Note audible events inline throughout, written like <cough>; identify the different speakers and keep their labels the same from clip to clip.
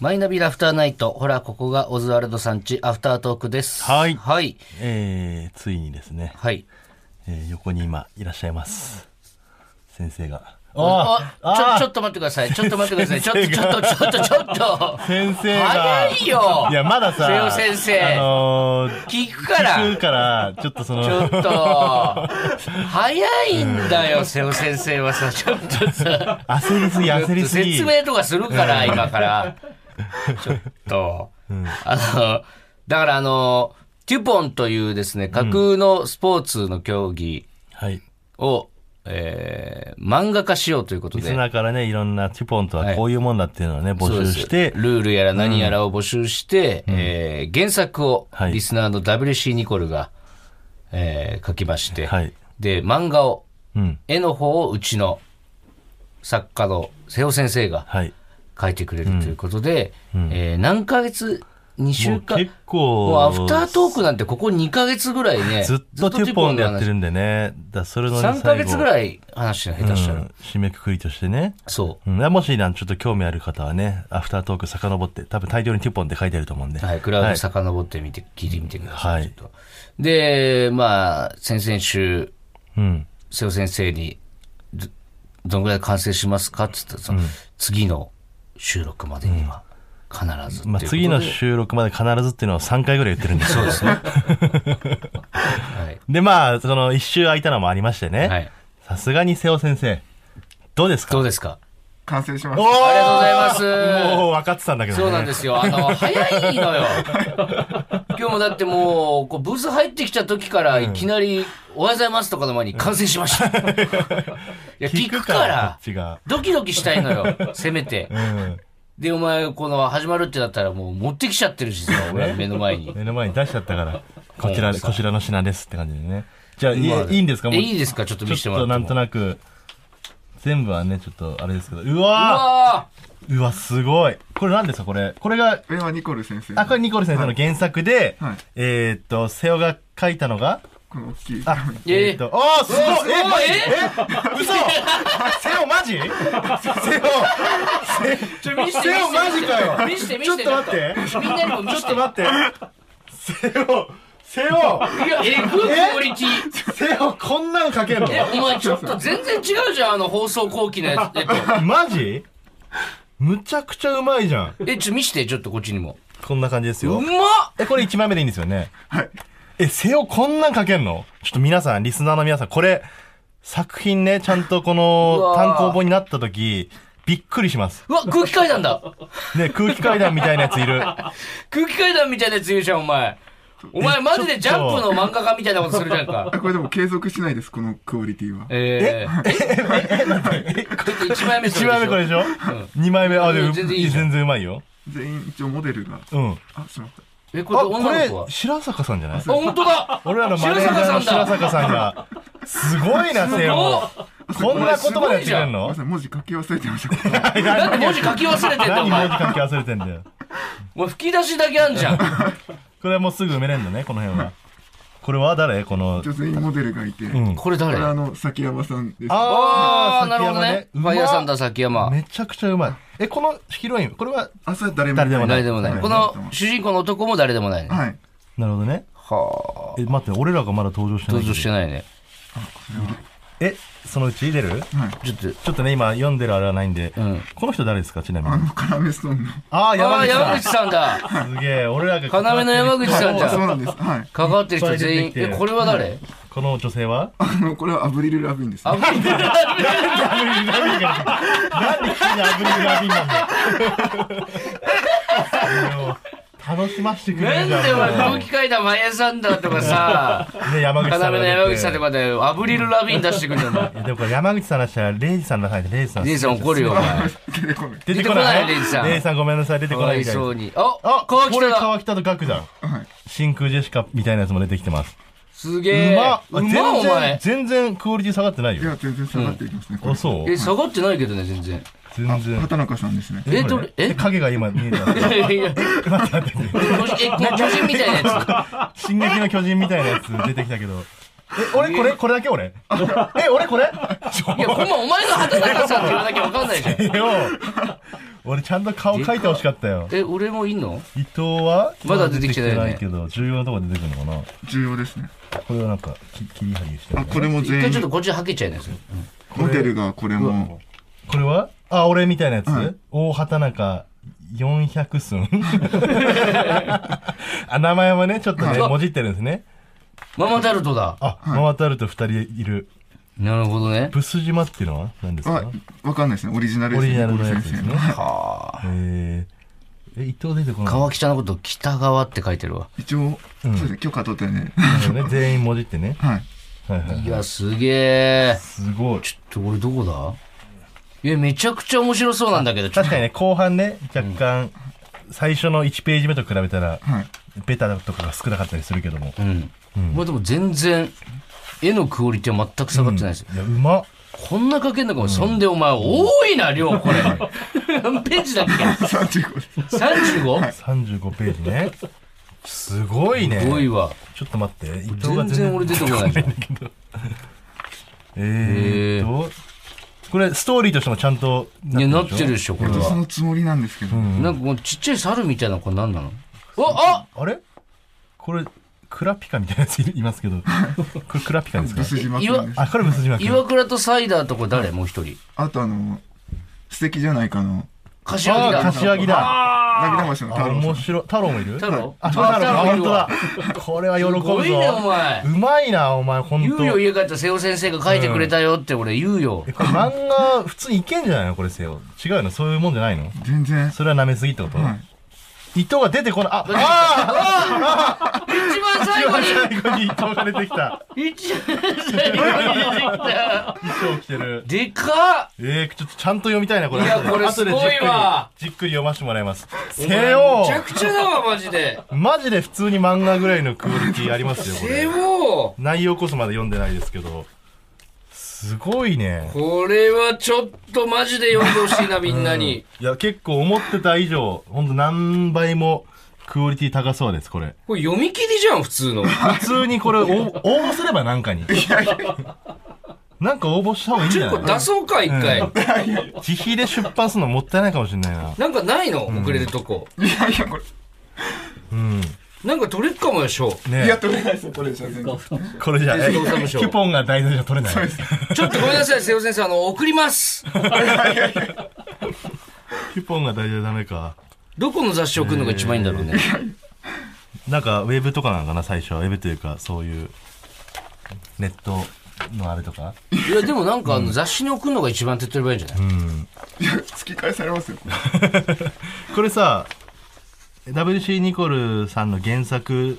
Speaker 1: マイナビラフターナイト。ほら、ここがオズワルドさんち、アフタートークです。
Speaker 2: はい
Speaker 1: はい。
Speaker 2: えー、ついにですね、
Speaker 1: はい。
Speaker 2: えー横に今いらっしゃいます。先生が。
Speaker 1: あ
Speaker 2: あー
Speaker 1: ちょ、ちょっと待ってください。ちょっと待ってくだ
Speaker 2: <laughs>
Speaker 1: さい。
Speaker 2: 先
Speaker 1: ち
Speaker 2: 生
Speaker 1: ょっと、ちょっと、ちょっと、ちょっと。
Speaker 2: 先生が。
Speaker 1: 早いよ
Speaker 2: いや、まださ、
Speaker 1: 瀬尾先生
Speaker 2: あのー、
Speaker 1: 聞くから
Speaker 2: 聞くから、ちょっとその、
Speaker 1: ちょっと、早いんだよ、瀬尾先生はさ、ちょっとさ、
Speaker 2: 焦りすぎ、焦りすぎ。
Speaker 1: 説明とかするから、今から。ちょっと、あの、だからあの、テュポンというですね、架空のスポーツの競技
Speaker 2: はい。
Speaker 1: を、えー漫画化しようということ
Speaker 2: リ
Speaker 1: で
Speaker 2: ス。ナーからね、いろんなチュポンとはこういうもんだっていうのをね、募
Speaker 1: そうで
Speaker 2: 集
Speaker 1: す
Speaker 2: して、
Speaker 1: ルールやら何やらを募集して、えー原作を
Speaker 2: はい
Speaker 1: リスナーの WC ニコルが、えー書きまして、
Speaker 2: はい。
Speaker 1: で、漫画を、
Speaker 2: うん。
Speaker 1: 絵の方をうちの作家の瀬尾先生が
Speaker 2: はい。
Speaker 1: 書いてくれるということで、えー何ヶ月、2週間。
Speaker 2: もう結構
Speaker 1: もうアフタートークなんてここ2ヶ月ぐらいね。
Speaker 2: ずっとチュポンでやって
Speaker 1: ず
Speaker 2: るんでね、だそれの
Speaker 1: と
Speaker 2: ね、
Speaker 1: テュポンで話して。3ヶ月ぐ
Speaker 2: い、
Speaker 1: らい話してない、
Speaker 2: うん
Speaker 1: 下手したら。
Speaker 2: 締めくくりとしてね。
Speaker 1: そ
Speaker 2: うん、もしなんちょっと興味ある方はね、アフタートーク遡って、多分大量にテュポンって書いてあると思うんで。
Speaker 1: う。はい、クラウド
Speaker 2: はい
Speaker 1: 遡ってみて、聞いてみてください。
Speaker 2: はい
Speaker 1: ちょっとで、まあ、先々週、
Speaker 2: うん。
Speaker 1: 瀬尾先生に、どどのぐらい完成しますかって言ったらその、次の収録までには必ずっていうことで、
Speaker 2: まあ、次の収録まで必ずっていうのを3回ぐらい言ってるんですそうですね。
Speaker 1: はい。
Speaker 2: <laughs> で、まあ、その一周空いたのもありまして
Speaker 1: は
Speaker 2: ね。
Speaker 1: い。
Speaker 2: さすがに瀬尾先生、どうですか
Speaker 1: どうですか
Speaker 3: 完成しま
Speaker 2: お
Speaker 3: し
Speaker 2: ー
Speaker 1: ありがとうございます
Speaker 2: もう分かってたんだけどね。
Speaker 1: そうなんですよ。あの、早いのよ。 <laughs> 今日もだってもう、こうブース入ってきた時から、いきなり、おはようございますとかの前に完成しま
Speaker 2: <laughs>
Speaker 1: した。いや、聞くから、
Speaker 2: 違う。
Speaker 1: ドキドキしたいの
Speaker 2: <laughs>
Speaker 1: よ、せめて。
Speaker 2: うん。
Speaker 1: で、お前、この、始まるってなったら、もう持ってきちゃってるしさ、俺目の前に。
Speaker 2: 目の前に出しちゃっ
Speaker 1: <laughs>
Speaker 2: たから、こちら、こちらの品ですって感じでね。じゃあ、い
Speaker 1: まあ
Speaker 2: いいんですか
Speaker 1: え、いい
Speaker 2: で
Speaker 1: ですかちょっと見せ
Speaker 2: ち
Speaker 1: て
Speaker 2: ょ
Speaker 1: も
Speaker 2: っ
Speaker 1: ら
Speaker 2: と
Speaker 1: っても。
Speaker 2: なんと
Speaker 1: なく。
Speaker 2: なく、全部はね、ちょっとあれですけど、う
Speaker 1: う
Speaker 2: わ
Speaker 1: わ
Speaker 2: ーうわ、すごいこれ何ですかこれ。これが、
Speaker 3: た。上はニコル先生。
Speaker 2: あ、これニコル先生の原作で、
Speaker 3: はい
Speaker 2: えーっと、瀬尾が書いたのが、
Speaker 3: この大きい。
Speaker 2: あ、
Speaker 1: えー
Speaker 2: えーっと、あーすごい
Speaker 1: わすごい
Speaker 2: え、マジえ嘘瀬尾マジ瀬
Speaker 1: ーちょ、見せ
Speaker 2: 尾、
Speaker 1: て、見
Speaker 2: 瀬尾マ
Speaker 1: せ
Speaker 2: ジ
Speaker 1: て。
Speaker 2: かよ
Speaker 1: 見せて、見
Speaker 2: ちょ
Speaker 1: せ。
Speaker 2: ってと待って。
Speaker 1: みんなにも見
Speaker 2: ちょっ
Speaker 1: せて。
Speaker 2: と待って。瀬尾、瀬尾、
Speaker 1: いや、えぐいクオリティ。
Speaker 2: 瀬尾、こんなの書けるの
Speaker 1: え、お前ちょっと全然違うじゃん、あの放送後期のやつ。えっ
Speaker 2: マジむちゃくちゃうまいじゃん。
Speaker 1: と、え、ちょ、見して、ちょっとこっちにも。
Speaker 2: こんな感じです
Speaker 1: う
Speaker 2: よ
Speaker 1: ま。っ
Speaker 2: え、これ1枚目でいいんですよね。
Speaker 3: はい。
Speaker 2: え、背をこんなん書けんのちょっと皆さん、リスナーの皆さん、これ、作品ね、ちゃんとこ
Speaker 1: う
Speaker 2: の
Speaker 1: わー
Speaker 2: 単行本になった時、びっくりします。
Speaker 1: うわ、空気階段だ
Speaker 2: ね、空気階段みたいなやついる。
Speaker 1: 空気階段みたいなやつ言うじゃん、お前。お前
Speaker 2: え
Speaker 1: マジでジ
Speaker 2: ちょっ
Speaker 1: ャ
Speaker 2: と
Speaker 1: ンプの漫画家みたいなことするじゃんか。
Speaker 3: あ <laughs> これでも継続しないです、このクオリティは。
Speaker 1: えー、これ1枚目 <laughs> それで
Speaker 2: 1
Speaker 1: しょ
Speaker 2: 枚目これでしょ ?2 枚目、あ、でも、
Speaker 1: 全然いいじゃん
Speaker 2: 全然うまいよ。
Speaker 3: 全員一応モデルが。
Speaker 2: うん。あ、
Speaker 3: あ、すみません。
Speaker 1: え、これ
Speaker 2: こ
Speaker 1: 女の
Speaker 2: れ
Speaker 1: 子は、あ、
Speaker 2: 白坂さんじゃない
Speaker 1: 本当だ
Speaker 2: 俺らのマネージャーの白坂さんが、すごいな、背を。こんなことまでやってくれん
Speaker 3: ごめん
Speaker 2: の
Speaker 3: なさい、文字書き忘れてまし
Speaker 2: <laughs>
Speaker 3: た。
Speaker 1: だって文字書き忘れてんだ、お
Speaker 2: 何文
Speaker 1: 前。
Speaker 2: 字書き忘れてんだよ。
Speaker 1: お前吹き出しだけあんじゃん。
Speaker 2: これはもうすぐ埋めれんのね、この辺は。これは誰この
Speaker 3: 一。応全員モデルがいて。
Speaker 2: うん。
Speaker 1: これ
Speaker 3: こ
Speaker 1: 誰
Speaker 3: れあの、崎山さんです。
Speaker 1: あー、な
Speaker 2: 崎
Speaker 1: るほ
Speaker 2: 山
Speaker 1: どね。
Speaker 2: う
Speaker 1: フ
Speaker 2: ま
Speaker 1: ァ
Speaker 2: っ
Speaker 1: イヤーサンダー崎山。
Speaker 2: めちゃくちゃうまい。え、このヒロイン、これは、
Speaker 3: あ、それは誰も
Speaker 2: 誰でもな
Speaker 1: 誰でもない。
Speaker 3: はい
Speaker 1: この主人公の男も誰でもないね。
Speaker 3: はい。
Speaker 2: なるほどね。
Speaker 1: はあ。
Speaker 2: え、待って、俺らがまだ登場してない。
Speaker 1: 登場して
Speaker 2: ない。
Speaker 1: ないね。
Speaker 2: え、そのうち出る
Speaker 1: ちょっと、
Speaker 2: ちょっとね、今読んでるあれはないんで
Speaker 1: ん、
Speaker 2: この人誰ですか、ちなみ
Speaker 3: あ
Speaker 2: に。
Speaker 3: の、カラメストーンの。
Speaker 2: ああ、
Speaker 1: あ
Speaker 2: 山
Speaker 1: あ、
Speaker 2: 口
Speaker 1: 山口
Speaker 2: さ
Speaker 1: さんだ。
Speaker 2: ん。すげえ、俺らが。
Speaker 1: 要の山口さんじ
Speaker 3: あそう
Speaker 1: ゃん。
Speaker 3: なんです。はい。
Speaker 1: 関わってる人全
Speaker 2: い
Speaker 1: 員
Speaker 2: っ。ぱい出
Speaker 1: え、
Speaker 2: てきて
Speaker 1: これは誰
Speaker 2: この女性は
Speaker 3: あの、これはアブリル・ラビンです。
Speaker 1: あ
Speaker 3: あ、
Speaker 1: ぶね
Speaker 2: アブリル・ラビンがなんで急にアブリル・ラビンなん
Speaker 1: <laughs>
Speaker 2: だよ。楽しましてくれ
Speaker 1: な
Speaker 2: る
Speaker 1: ん
Speaker 2: じ
Speaker 1: で
Speaker 2: ゃん。
Speaker 1: お前、
Speaker 2: も
Speaker 1: 空気階段、マヤさんだとかさ、
Speaker 2: うね、山口
Speaker 1: 要
Speaker 2: さん
Speaker 1: の
Speaker 2: が出て。
Speaker 1: 山口さんとかで、アブリル・ラビン出してくるんだもん。
Speaker 2: いやでもこれ山口さんの話はレイジさんの話でレイジさん。
Speaker 1: レイさん怒るよ、お前。
Speaker 3: 出てこない。
Speaker 2: 出
Speaker 1: 出
Speaker 2: てこない
Speaker 1: てこないレイジさん
Speaker 2: レイジさんごめんなさい、出
Speaker 1: か
Speaker 2: てこな
Speaker 1: わ
Speaker 2: い
Speaker 1: い
Speaker 2: みたい
Speaker 1: そう
Speaker 2: な。
Speaker 1: に。あ、
Speaker 2: あ、
Speaker 1: 川
Speaker 2: こ
Speaker 1: 北
Speaker 2: れ
Speaker 1: だ。
Speaker 2: 川北とガクじゃん。
Speaker 3: はい。
Speaker 2: 真空ジェシカみたいなやつも出てきてます。
Speaker 1: すげえ。うま、お
Speaker 2: 全然
Speaker 1: 前。
Speaker 2: 全然クオリティ下がってない
Speaker 3: い
Speaker 2: よ。
Speaker 3: や、全然下がっていきますね。これ
Speaker 2: あ、そう
Speaker 1: え、下がってないけどね、全然。
Speaker 2: 全然。
Speaker 3: 畑中さんですね。
Speaker 1: え、
Speaker 2: こ
Speaker 1: ど
Speaker 2: れ
Speaker 1: れ、
Speaker 2: え
Speaker 1: え <laughs>
Speaker 2: 影が今見えてます
Speaker 1: い。やいやいや。え、この巨人みたいなやつ。
Speaker 2: 進撃の巨人みたいなやつ出てきたけど。え、俺これこれだけ俺。え、俺これちょ <laughs>
Speaker 1: いや、ほんま、お前が畑中さんって言わなきゃわかんないじゃん。
Speaker 2: よ。俺ちゃんと顔描いてほしかったよ。
Speaker 1: え、俺もいんの
Speaker 2: 伊藤は
Speaker 1: まだ出てきてないね
Speaker 2: けど、重要なとこ出てくるのかな
Speaker 3: 重要ですね。
Speaker 2: これはなんか、き切り張りしてる
Speaker 3: あ、これも
Speaker 1: 一
Speaker 3: 全
Speaker 1: 回ちょっと
Speaker 3: 員、
Speaker 1: こっちはけちゃいないですよ。
Speaker 3: モデルがこれも、
Speaker 2: これはあ、俺みたいなやつ、
Speaker 3: はい
Speaker 2: 大畑中400寸 <laughs> あ、名前はね、ちょっとね、
Speaker 1: はい
Speaker 2: もじってるんですね。
Speaker 1: ママタルトだ。
Speaker 2: あ、ママタルト2人いる。
Speaker 1: なるほどね。
Speaker 2: ブス島っていうのは何ですか
Speaker 3: は、わかんないですね。オリジナル
Speaker 2: オ
Speaker 3: です
Speaker 2: リジ
Speaker 3: ね。
Speaker 2: ナル
Speaker 3: ゴ
Speaker 2: の
Speaker 3: ル
Speaker 2: や
Speaker 3: 先
Speaker 2: つです
Speaker 3: 生
Speaker 2: ね
Speaker 3: の。。
Speaker 1: はあ。
Speaker 2: えー、え、伊藤出てこない
Speaker 1: 川北のこと北川って書いてるわ。
Speaker 3: 一応、そうですね。許可取ってね。 <laughs>
Speaker 2: なるほどね全員もじってね。
Speaker 3: はい。
Speaker 2: はいはい。
Speaker 1: いや、すげえ。
Speaker 2: すごい。
Speaker 1: ちょっと俺どこだいや、めちゃくちゃ面白そうなんだけど、ちょっ
Speaker 2: 確
Speaker 1: と
Speaker 2: かにね、後半ね、若干、最初の1ページ目と比べたら、
Speaker 3: はい。
Speaker 2: ベタとかが少なかったりするけども。
Speaker 1: うん。まあでも全然、絵のクオリティは全く下がってないですよ。
Speaker 2: いや、うまっ。
Speaker 1: こんな書けんのかも。そんでお前、多いな、量、これ。何ページだっけ
Speaker 3: 35です。
Speaker 1: ?35?
Speaker 2: 35ページね。すごいね。
Speaker 1: すごいわ。
Speaker 2: ちょっと待って。伊藤が
Speaker 1: 全然俺出てこないじゃん。
Speaker 2: えーっと、これ、ストーリーとしてもちゃんと
Speaker 1: いや、な
Speaker 2: な
Speaker 1: っ
Speaker 2: って
Speaker 1: る
Speaker 2: てる
Speaker 1: で
Speaker 2: でし
Speaker 1: しょ、これ
Speaker 3: 落とす
Speaker 1: は。
Speaker 3: のつもりなんですけど、
Speaker 1: なんかこのちっちゃい猿みたいな、これ何なのあ、
Speaker 2: ょ。あれこれ、クラピカみたいなやついます
Speaker 1: <laughs>
Speaker 2: けど、これクラピカですか
Speaker 3: ブス島
Speaker 1: いわ
Speaker 3: 君です。
Speaker 2: あ、これブス島
Speaker 1: あ
Speaker 2: 君。
Speaker 1: 岩倉とサイダーとこれ誰もう一人。
Speaker 3: あとあの、素敵じゃないかの、
Speaker 1: 柏木
Speaker 2: あー、
Speaker 1: だ。
Speaker 2: 柏木だ。
Speaker 3: 涙橋の
Speaker 2: あ、
Speaker 3: 太郎さ
Speaker 2: 面
Speaker 3: ん。
Speaker 2: 白い。太郎もいる
Speaker 1: 太郎
Speaker 2: あ、太郎
Speaker 1: あ
Speaker 2: だ。
Speaker 1: 太郎い
Speaker 2: 本
Speaker 1: る
Speaker 2: 当
Speaker 1: わ
Speaker 2: だ。これは喜ぶぞ。
Speaker 1: すごいね、お前
Speaker 2: う。まいな、お前、ほん
Speaker 1: 言
Speaker 2: と。
Speaker 1: うよ、
Speaker 2: え、
Speaker 1: 家帰ったら瀬尾先生が書いてくれたよって俺言うよ。
Speaker 2: これ漫画、普通にいけんじゃないのこれ、せよ。違うのそういうもんじゃないの
Speaker 3: 全然、
Speaker 2: それは舐めすぎってこと、
Speaker 3: はい。
Speaker 2: 伊藤が出て
Speaker 1: <laughs>
Speaker 2: こない。あ、あ
Speaker 1: 一番最後に
Speaker 2: ー最後に伊藤が出てきた。
Speaker 1: 一番最後に出てきた。
Speaker 2: 衣装着てる。
Speaker 1: でか
Speaker 2: えー、ちょっとちゃんと読みたいな、これ。
Speaker 1: いやこれ
Speaker 2: 後で後でじっ
Speaker 1: すごいわ
Speaker 2: くり、じっくり読ませてもらいます。
Speaker 1: っ
Speaker 2: せ
Speaker 1: お
Speaker 2: よ
Speaker 1: 前めちゃくちゃだわ、マジで。
Speaker 2: マジで普通に漫画ぐらいのクオリティありますよ、こ
Speaker 1: で
Speaker 2: れ。
Speaker 1: も、
Speaker 2: 内容こそまだ読んでないですけど。すごいね。
Speaker 1: これはちょっとマジで読んでほしいな、みんなに。
Speaker 2: いや、結構思ってた以上、ほんと何倍もクオリティ高そうです、これ。
Speaker 1: これ読み切りじゃん、普通の。
Speaker 2: 普通に
Speaker 1: <laughs>
Speaker 2: これ、お応募すればなんかに。なんか応募した方がいいんじゃな
Speaker 1: 出
Speaker 2: い
Speaker 1: そうか、一回。
Speaker 2: 自費で出版するのもったいないかもしれないな。
Speaker 1: なんかないの遅れるとこ。
Speaker 3: いやいや、これ。
Speaker 2: うん。
Speaker 1: なんか取れっかもよ、賞。
Speaker 3: いや、
Speaker 2: ね
Speaker 3: 取れないですよ、取れないですよ。
Speaker 2: これじゃ、え
Speaker 1: 手塚治虫賞
Speaker 2: キュポンが題材じゃ取れない。
Speaker 1: ちょっとごめんなさい、瀬尾先生、あの、送ります。
Speaker 2: キュポンが題材ダメか。
Speaker 1: どこの雑誌送るのが一番いいんだろうね。
Speaker 2: なんか、ウェブとかなんかな、最初は。ウェブというか、そういう、ネットのあれとか。
Speaker 1: いや、でもなんか、あの、雑誌に送るのが一番手っ取り早いんじゃない
Speaker 3: いや、突き返されますよ、これ。
Speaker 2: これさ、WC ニコルさんの原作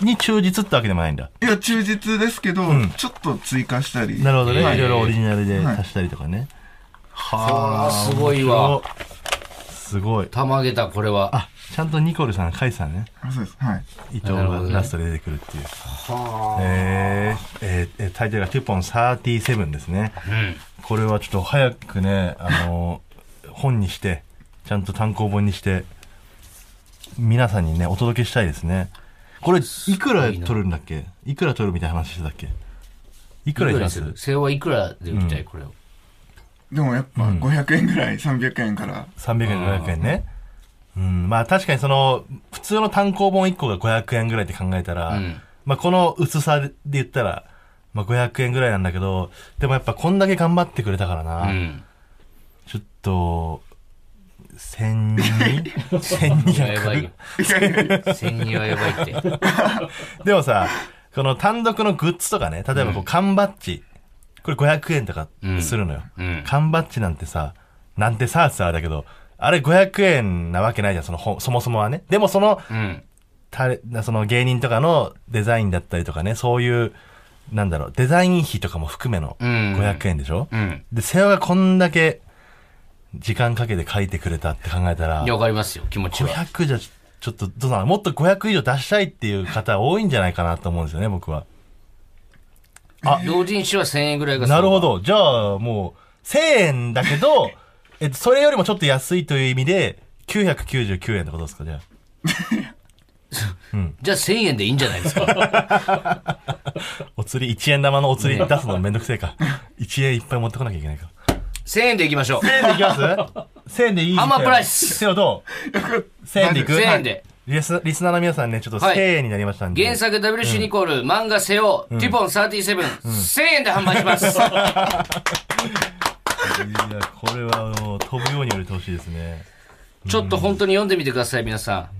Speaker 2: に忠実ってわけでもないんだ。
Speaker 3: いや、忠実ですけど、
Speaker 2: ん
Speaker 3: ちょっと追加したり。
Speaker 2: なるほどね。
Speaker 1: はい
Speaker 2: いろいろオリジナルで
Speaker 3: はい
Speaker 2: 足したりとかね。
Speaker 1: はあすごい
Speaker 2: 面
Speaker 1: わ。
Speaker 2: 白いすごい。
Speaker 1: たまげた、これは。
Speaker 2: あ、ちゃんとニコルさん、カイさんね。
Speaker 3: あそうです。はい。
Speaker 2: 伊藤がラストで出てくるっていう。
Speaker 1: は
Speaker 2: えーえーえータイトルがテュポン37ですね。
Speaker 1: あ。うん。
Speaker 2: これはちょっと早くね、あの、本にして、ちゃんと単行本にして、皆さんにね、お届けしたいですね。これ、いくら取るんだっけいくら取るみたいな話してたっけい
Speaker 1: い
Speaker 2: く
Speaker 1: く
Speaker 2: ら
Speaker 1: ら
Speaker 2: いき
Speaker 1: に
Speaker 2: ますす
Speaker 1: る瀬尾はいくらで売りたい、これを。
Speaker 3: でもやっぱ、
Speaker 2: うん
Speaker 3: 500円ぐらい、300円から。
Speaker 2: 300円500円ねうんまあ確かにその普通の単行本1個が500円ぐらいって考えたら、
Speaker 1: うん
Speaker 2: まあこの薄さで言ったら、まあ、500円ぐらいなんだけどでもやっぱこんだけ頑張ってくれたから
Speaker 1: う
Speaker 2: な、
Speaker 1: ん。
Speaker 2: ちょっと
Speaker 1: <laughs> やばいよ
Speaker 2: 1200。
Speaker 1: 千人はやばいって。
Speaker 2: でもさこの単独のグッズとかね例えばこう缶バッジこれ500円とかするのよ、
Speaker 1: うん。
Speaker 2: 缶バッジなんてさ、なんてさ、さ、だけど、あれ500円なわけないじゃん、その本、そもそもはね。でもその、
Speaker 1: うん。
Speaker 2: たれ、その芸人とかのデザインだったりとかね、そういう、なんだろう、デザイン費とかも含めの
Speaker 1: うん
Speaker 2: 500円でしょ、
Speaker 1: うん。
Speaker 2: で、瀬尾がこんだけ時間かけて書いてくれたって考えたら
Speaker 1: いや、、わかりますよ、気持ちは。
Speaker 2: 500じゃちょ、ちょっと、どうなのもっと500以上出したいっていう方多いんじゃないかなと思うんですよね、僕は。
Speaker 1: 同人誌は1000円ぐらいが
Speaker 2: なるほ。ど。じゃあ、もう、1000円だけど、 <laughs> えっと、それよりもちょっと安いという意味で、999円ってことですか、じゃあ。
Speaker 1: じゃあ1000円でいいんじゃないですか。
Speaker 2: <laughs> お釣り、1円玉のお釣り出すのめんどくせえか。1円いっぱい持ってこなきゃいけないか。
Speaker 1: 1000円でいきましょう。
Speaker 2: 1000円でいきます
Speaker 1: <laughs>
Speaker 2: 1000円でいい
Speaker 1: ハンマープライス
Speaker 2: せよどう1000円でいく
Speaker 1: 1000円で。
Speaker 2: リスリスナーの皆さんね、ちょっと
Speaker 1: はい
Speaker 2: 1000円になりましたんで。
Speaker 1: 原作 WC ニコール、漫画セオ、ティポン37、1000円で販売します。
Speaker 2: いや、これはもう飛ぶように売れてほしいですね。
Speaker 1: ちょっと本当に読んでみてください、皆さ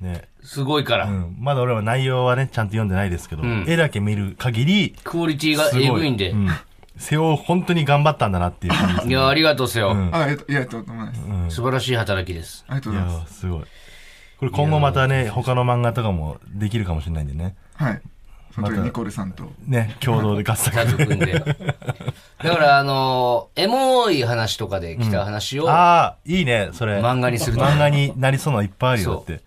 Speaker 2: ね。
Speaker 1: ん。すごいから。
Speaker 2: うん。まだ俺は内容はね、ちゃんと読んでないですけど、
Speaker 1: ん
Speaker 2: 絵だけ見る限り、
Speaker 1: クオリティが
Speaker 2: すご
Speaker 1: エグいんで。
Speaker 2: うん。背負う本当に頑張ったんだなっていう感じです
Speaker 1: いや、ありがとうセオ。
Speaker 2: ん
Speaker 3: あ、ありがとういや、ありがとうございます。あ
Speaker 1: 素晴らしい働きです。
Speaker 3: りがとう
Speaker 2: い
Speaker 3: ございま
Speaker 2: や、すごい。これ今後またね、他の漫画とかもできるかもしれないんでね。
Speaker 3: す。はい。本当
Speaker 2: ま
Speaker 3: に
Speaker 2: た
Speaker 3: ニコルさんと。
Speaker 2: ね、共同で
Speaker 1: <laughs>
Speaker 2: 合作。
Speaker 1: 家族ん
Speaker 2: <laughs>
Speaker 1: で。だから、あのエモい話とかで来た話を、
Speaker 2: ああ、いいね、それ。
Speaker 1: 漫画にする
Speaker 2: 漫画になりそうなのいっぱいあるよ
Speaker 1: そう
Speaker 2: って。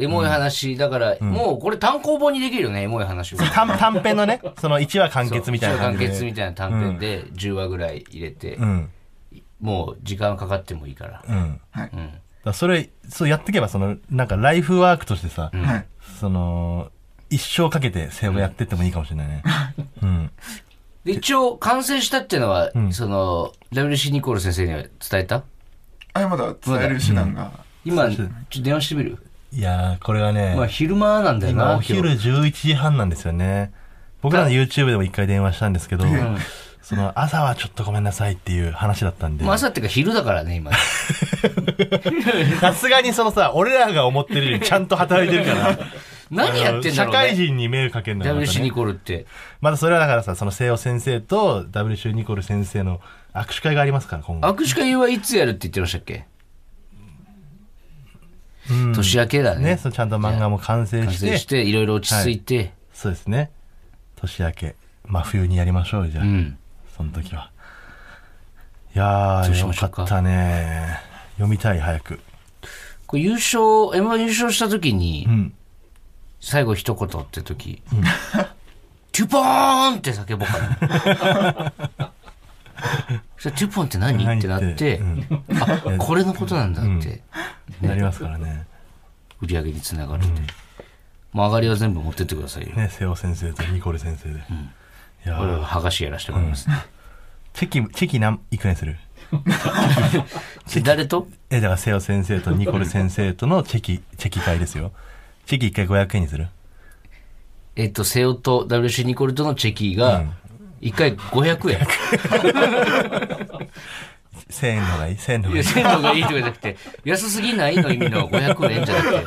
Speaker 1: エモい話、だから、もうこれ単行本にできるよね、エモい話を。
Speaker 2: 短短編のね、その1話完結みたいな
Speaker 1: そう
Speaker 2: 感
Speaker 1: 完
Speaker 2: じで。
Speaker 1: 結みたいな短編で10話ぐらい入れて、
Speaker 2: うん、
Speaker 1: もう時間かかってもいいから。
Speaker 2: うん。だか
Speaker 3: はい。
Speaker 2: らそれ、そうやっていけば、その、なんかライフワークとしてさ、
Speaker 3: はい。
Speaker 2: その、一生かけてセーブやってってもいいかもしれないね。うん。
Speaker 1: で一応完成したっていうのは、その WC ニコール先生には伝えた
Speaker 3: あれまだ伝える手段が。
Speaker 1: 今ちょっと電話してみる、
Speaker 2: いやー、これはね、
Speaker 1: まあ昼間なんだよな
Speaker 2: 今お昼
Speaker 1: 今日
Speaker 2: 11時半なんですよね。僕らの YouTube でも一回電話したんですけど、その朝はちょっとごめんなさいっていう話だったんで
Speaker 1: まあ、朝っていうか昼だからね
Speaker 2: <laughs>
Speaker 1: 今
Speaker 2: さすがにそのさ、俺らが思ってるよりちゃんと働いてるから、
Speaker 1: <laughs> 何やってんだ
Speaker 2: 社
Speaker 1: ろう、ね、
Speaker 2: 会人に迷惑かけるんだよまた
Speaker 1: WC ニ
Speaker 2: ね
Speaker 1: コールって
Speaker 2: まだそれはだからさ、その西尾先生と WC ニコル先生の握手会がありますから、今後。
Speaker 1: 握手会はいつやるって言ってましたっけ、年明けだね
Speaker 2: ね、そのちゃんと漫画も完成
Speaker 1: 完
Speaker 2: し
Speaker 1: 成
Speaker 2: て、
Speaker 1: していろいろ落ち着いて、
Speaker 2: そうですね。年明け、真冬にやりましょうよ、じゃあ。
Speaker 1: うん
Speaker 2: その時は。いや
Speaker 1: そう
Speaker 2: ー、
Speaker 1: し
Speaker 2: よ
Speaker 1: ましょうか
Speaker 2: かったね。読みたい、早く。
Speaker 1: これ優勝 m 1優勝した時に、
Speaker 2: ん
Speaker 1: 最後一言って時、テュポーンって叫ぼうかな <laughs> それテュポンって何ってなって、
Speaker 2: 何って
Speaker 1: <laughs> あこれのことなんだって、
Speaker 2: なりますからね。
Speaker 1: 売り上げにつながるんで、もう上がりは全部持ってってくださいよ、
Speaker 2: ね、瀬尾先生とニコル先生で。いや
Speaker 1: 俺
Speaker 2: ー
Speaker 1: は剥がしやらせてもらいます、
Speaker 2: チェキ、チェキ何、いくらにする
Speaker 1: 誰と
Speaker 2: え、だから瀬尾
Speaker 1: <laughs>
Speaker 2: 先生とニコル先生とのチェキ、チェキ会ですよ。チェキ一回500円にする
Speaker 1: えっ、と瀬尾と WC ニコルとのチェキが1回500円、
Speaker 2: ?1000 円の方がいい ?1000 円の方
Speaker 1: い
Speaker 2: がい
Speaker 1: や、
Speaker 2: い
Speaker 1: 鮮度がいいとかじゃなくて、安すぎないの意味の500円じゃなくて。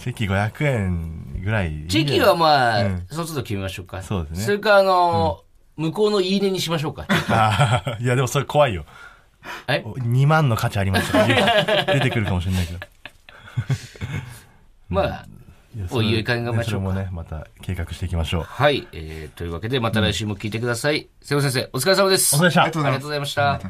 Speaker 2: チェキ500円ぐらいいいんじ
Speaker 1: チ
Speaker 2: ゃ
Speaker 1: ェ
Speaker 2: ない
Speaker 1: キはまあ、
Speaker 2: うん
Speaker 1: その都度決めましょうか。
Speaker 2: そうですね
Speaker 1: それか、あのー向こうのいいねにしましょうか。
Speaker 2: あー <laughs> いや、でもそれ怖いよ。
Speaker 1: え
Speaker 2: お2万の価値あります
Speaker 1: <laughs>
Speaker 2: から、出てくるかもしれないけど。
Speaker 1: まあ、
Speaker 2: いや
Speaker 1: おいおい考えましょう
Speaker 2: ねそれもね、また計画していきましょう。
Speaker 1: はい。えーというわけで、また来週も聞いてください。瀬尾先生、お疲れ様です。
Speaker 2: お疲れ様でした
Speaker 1: ありがとうございました。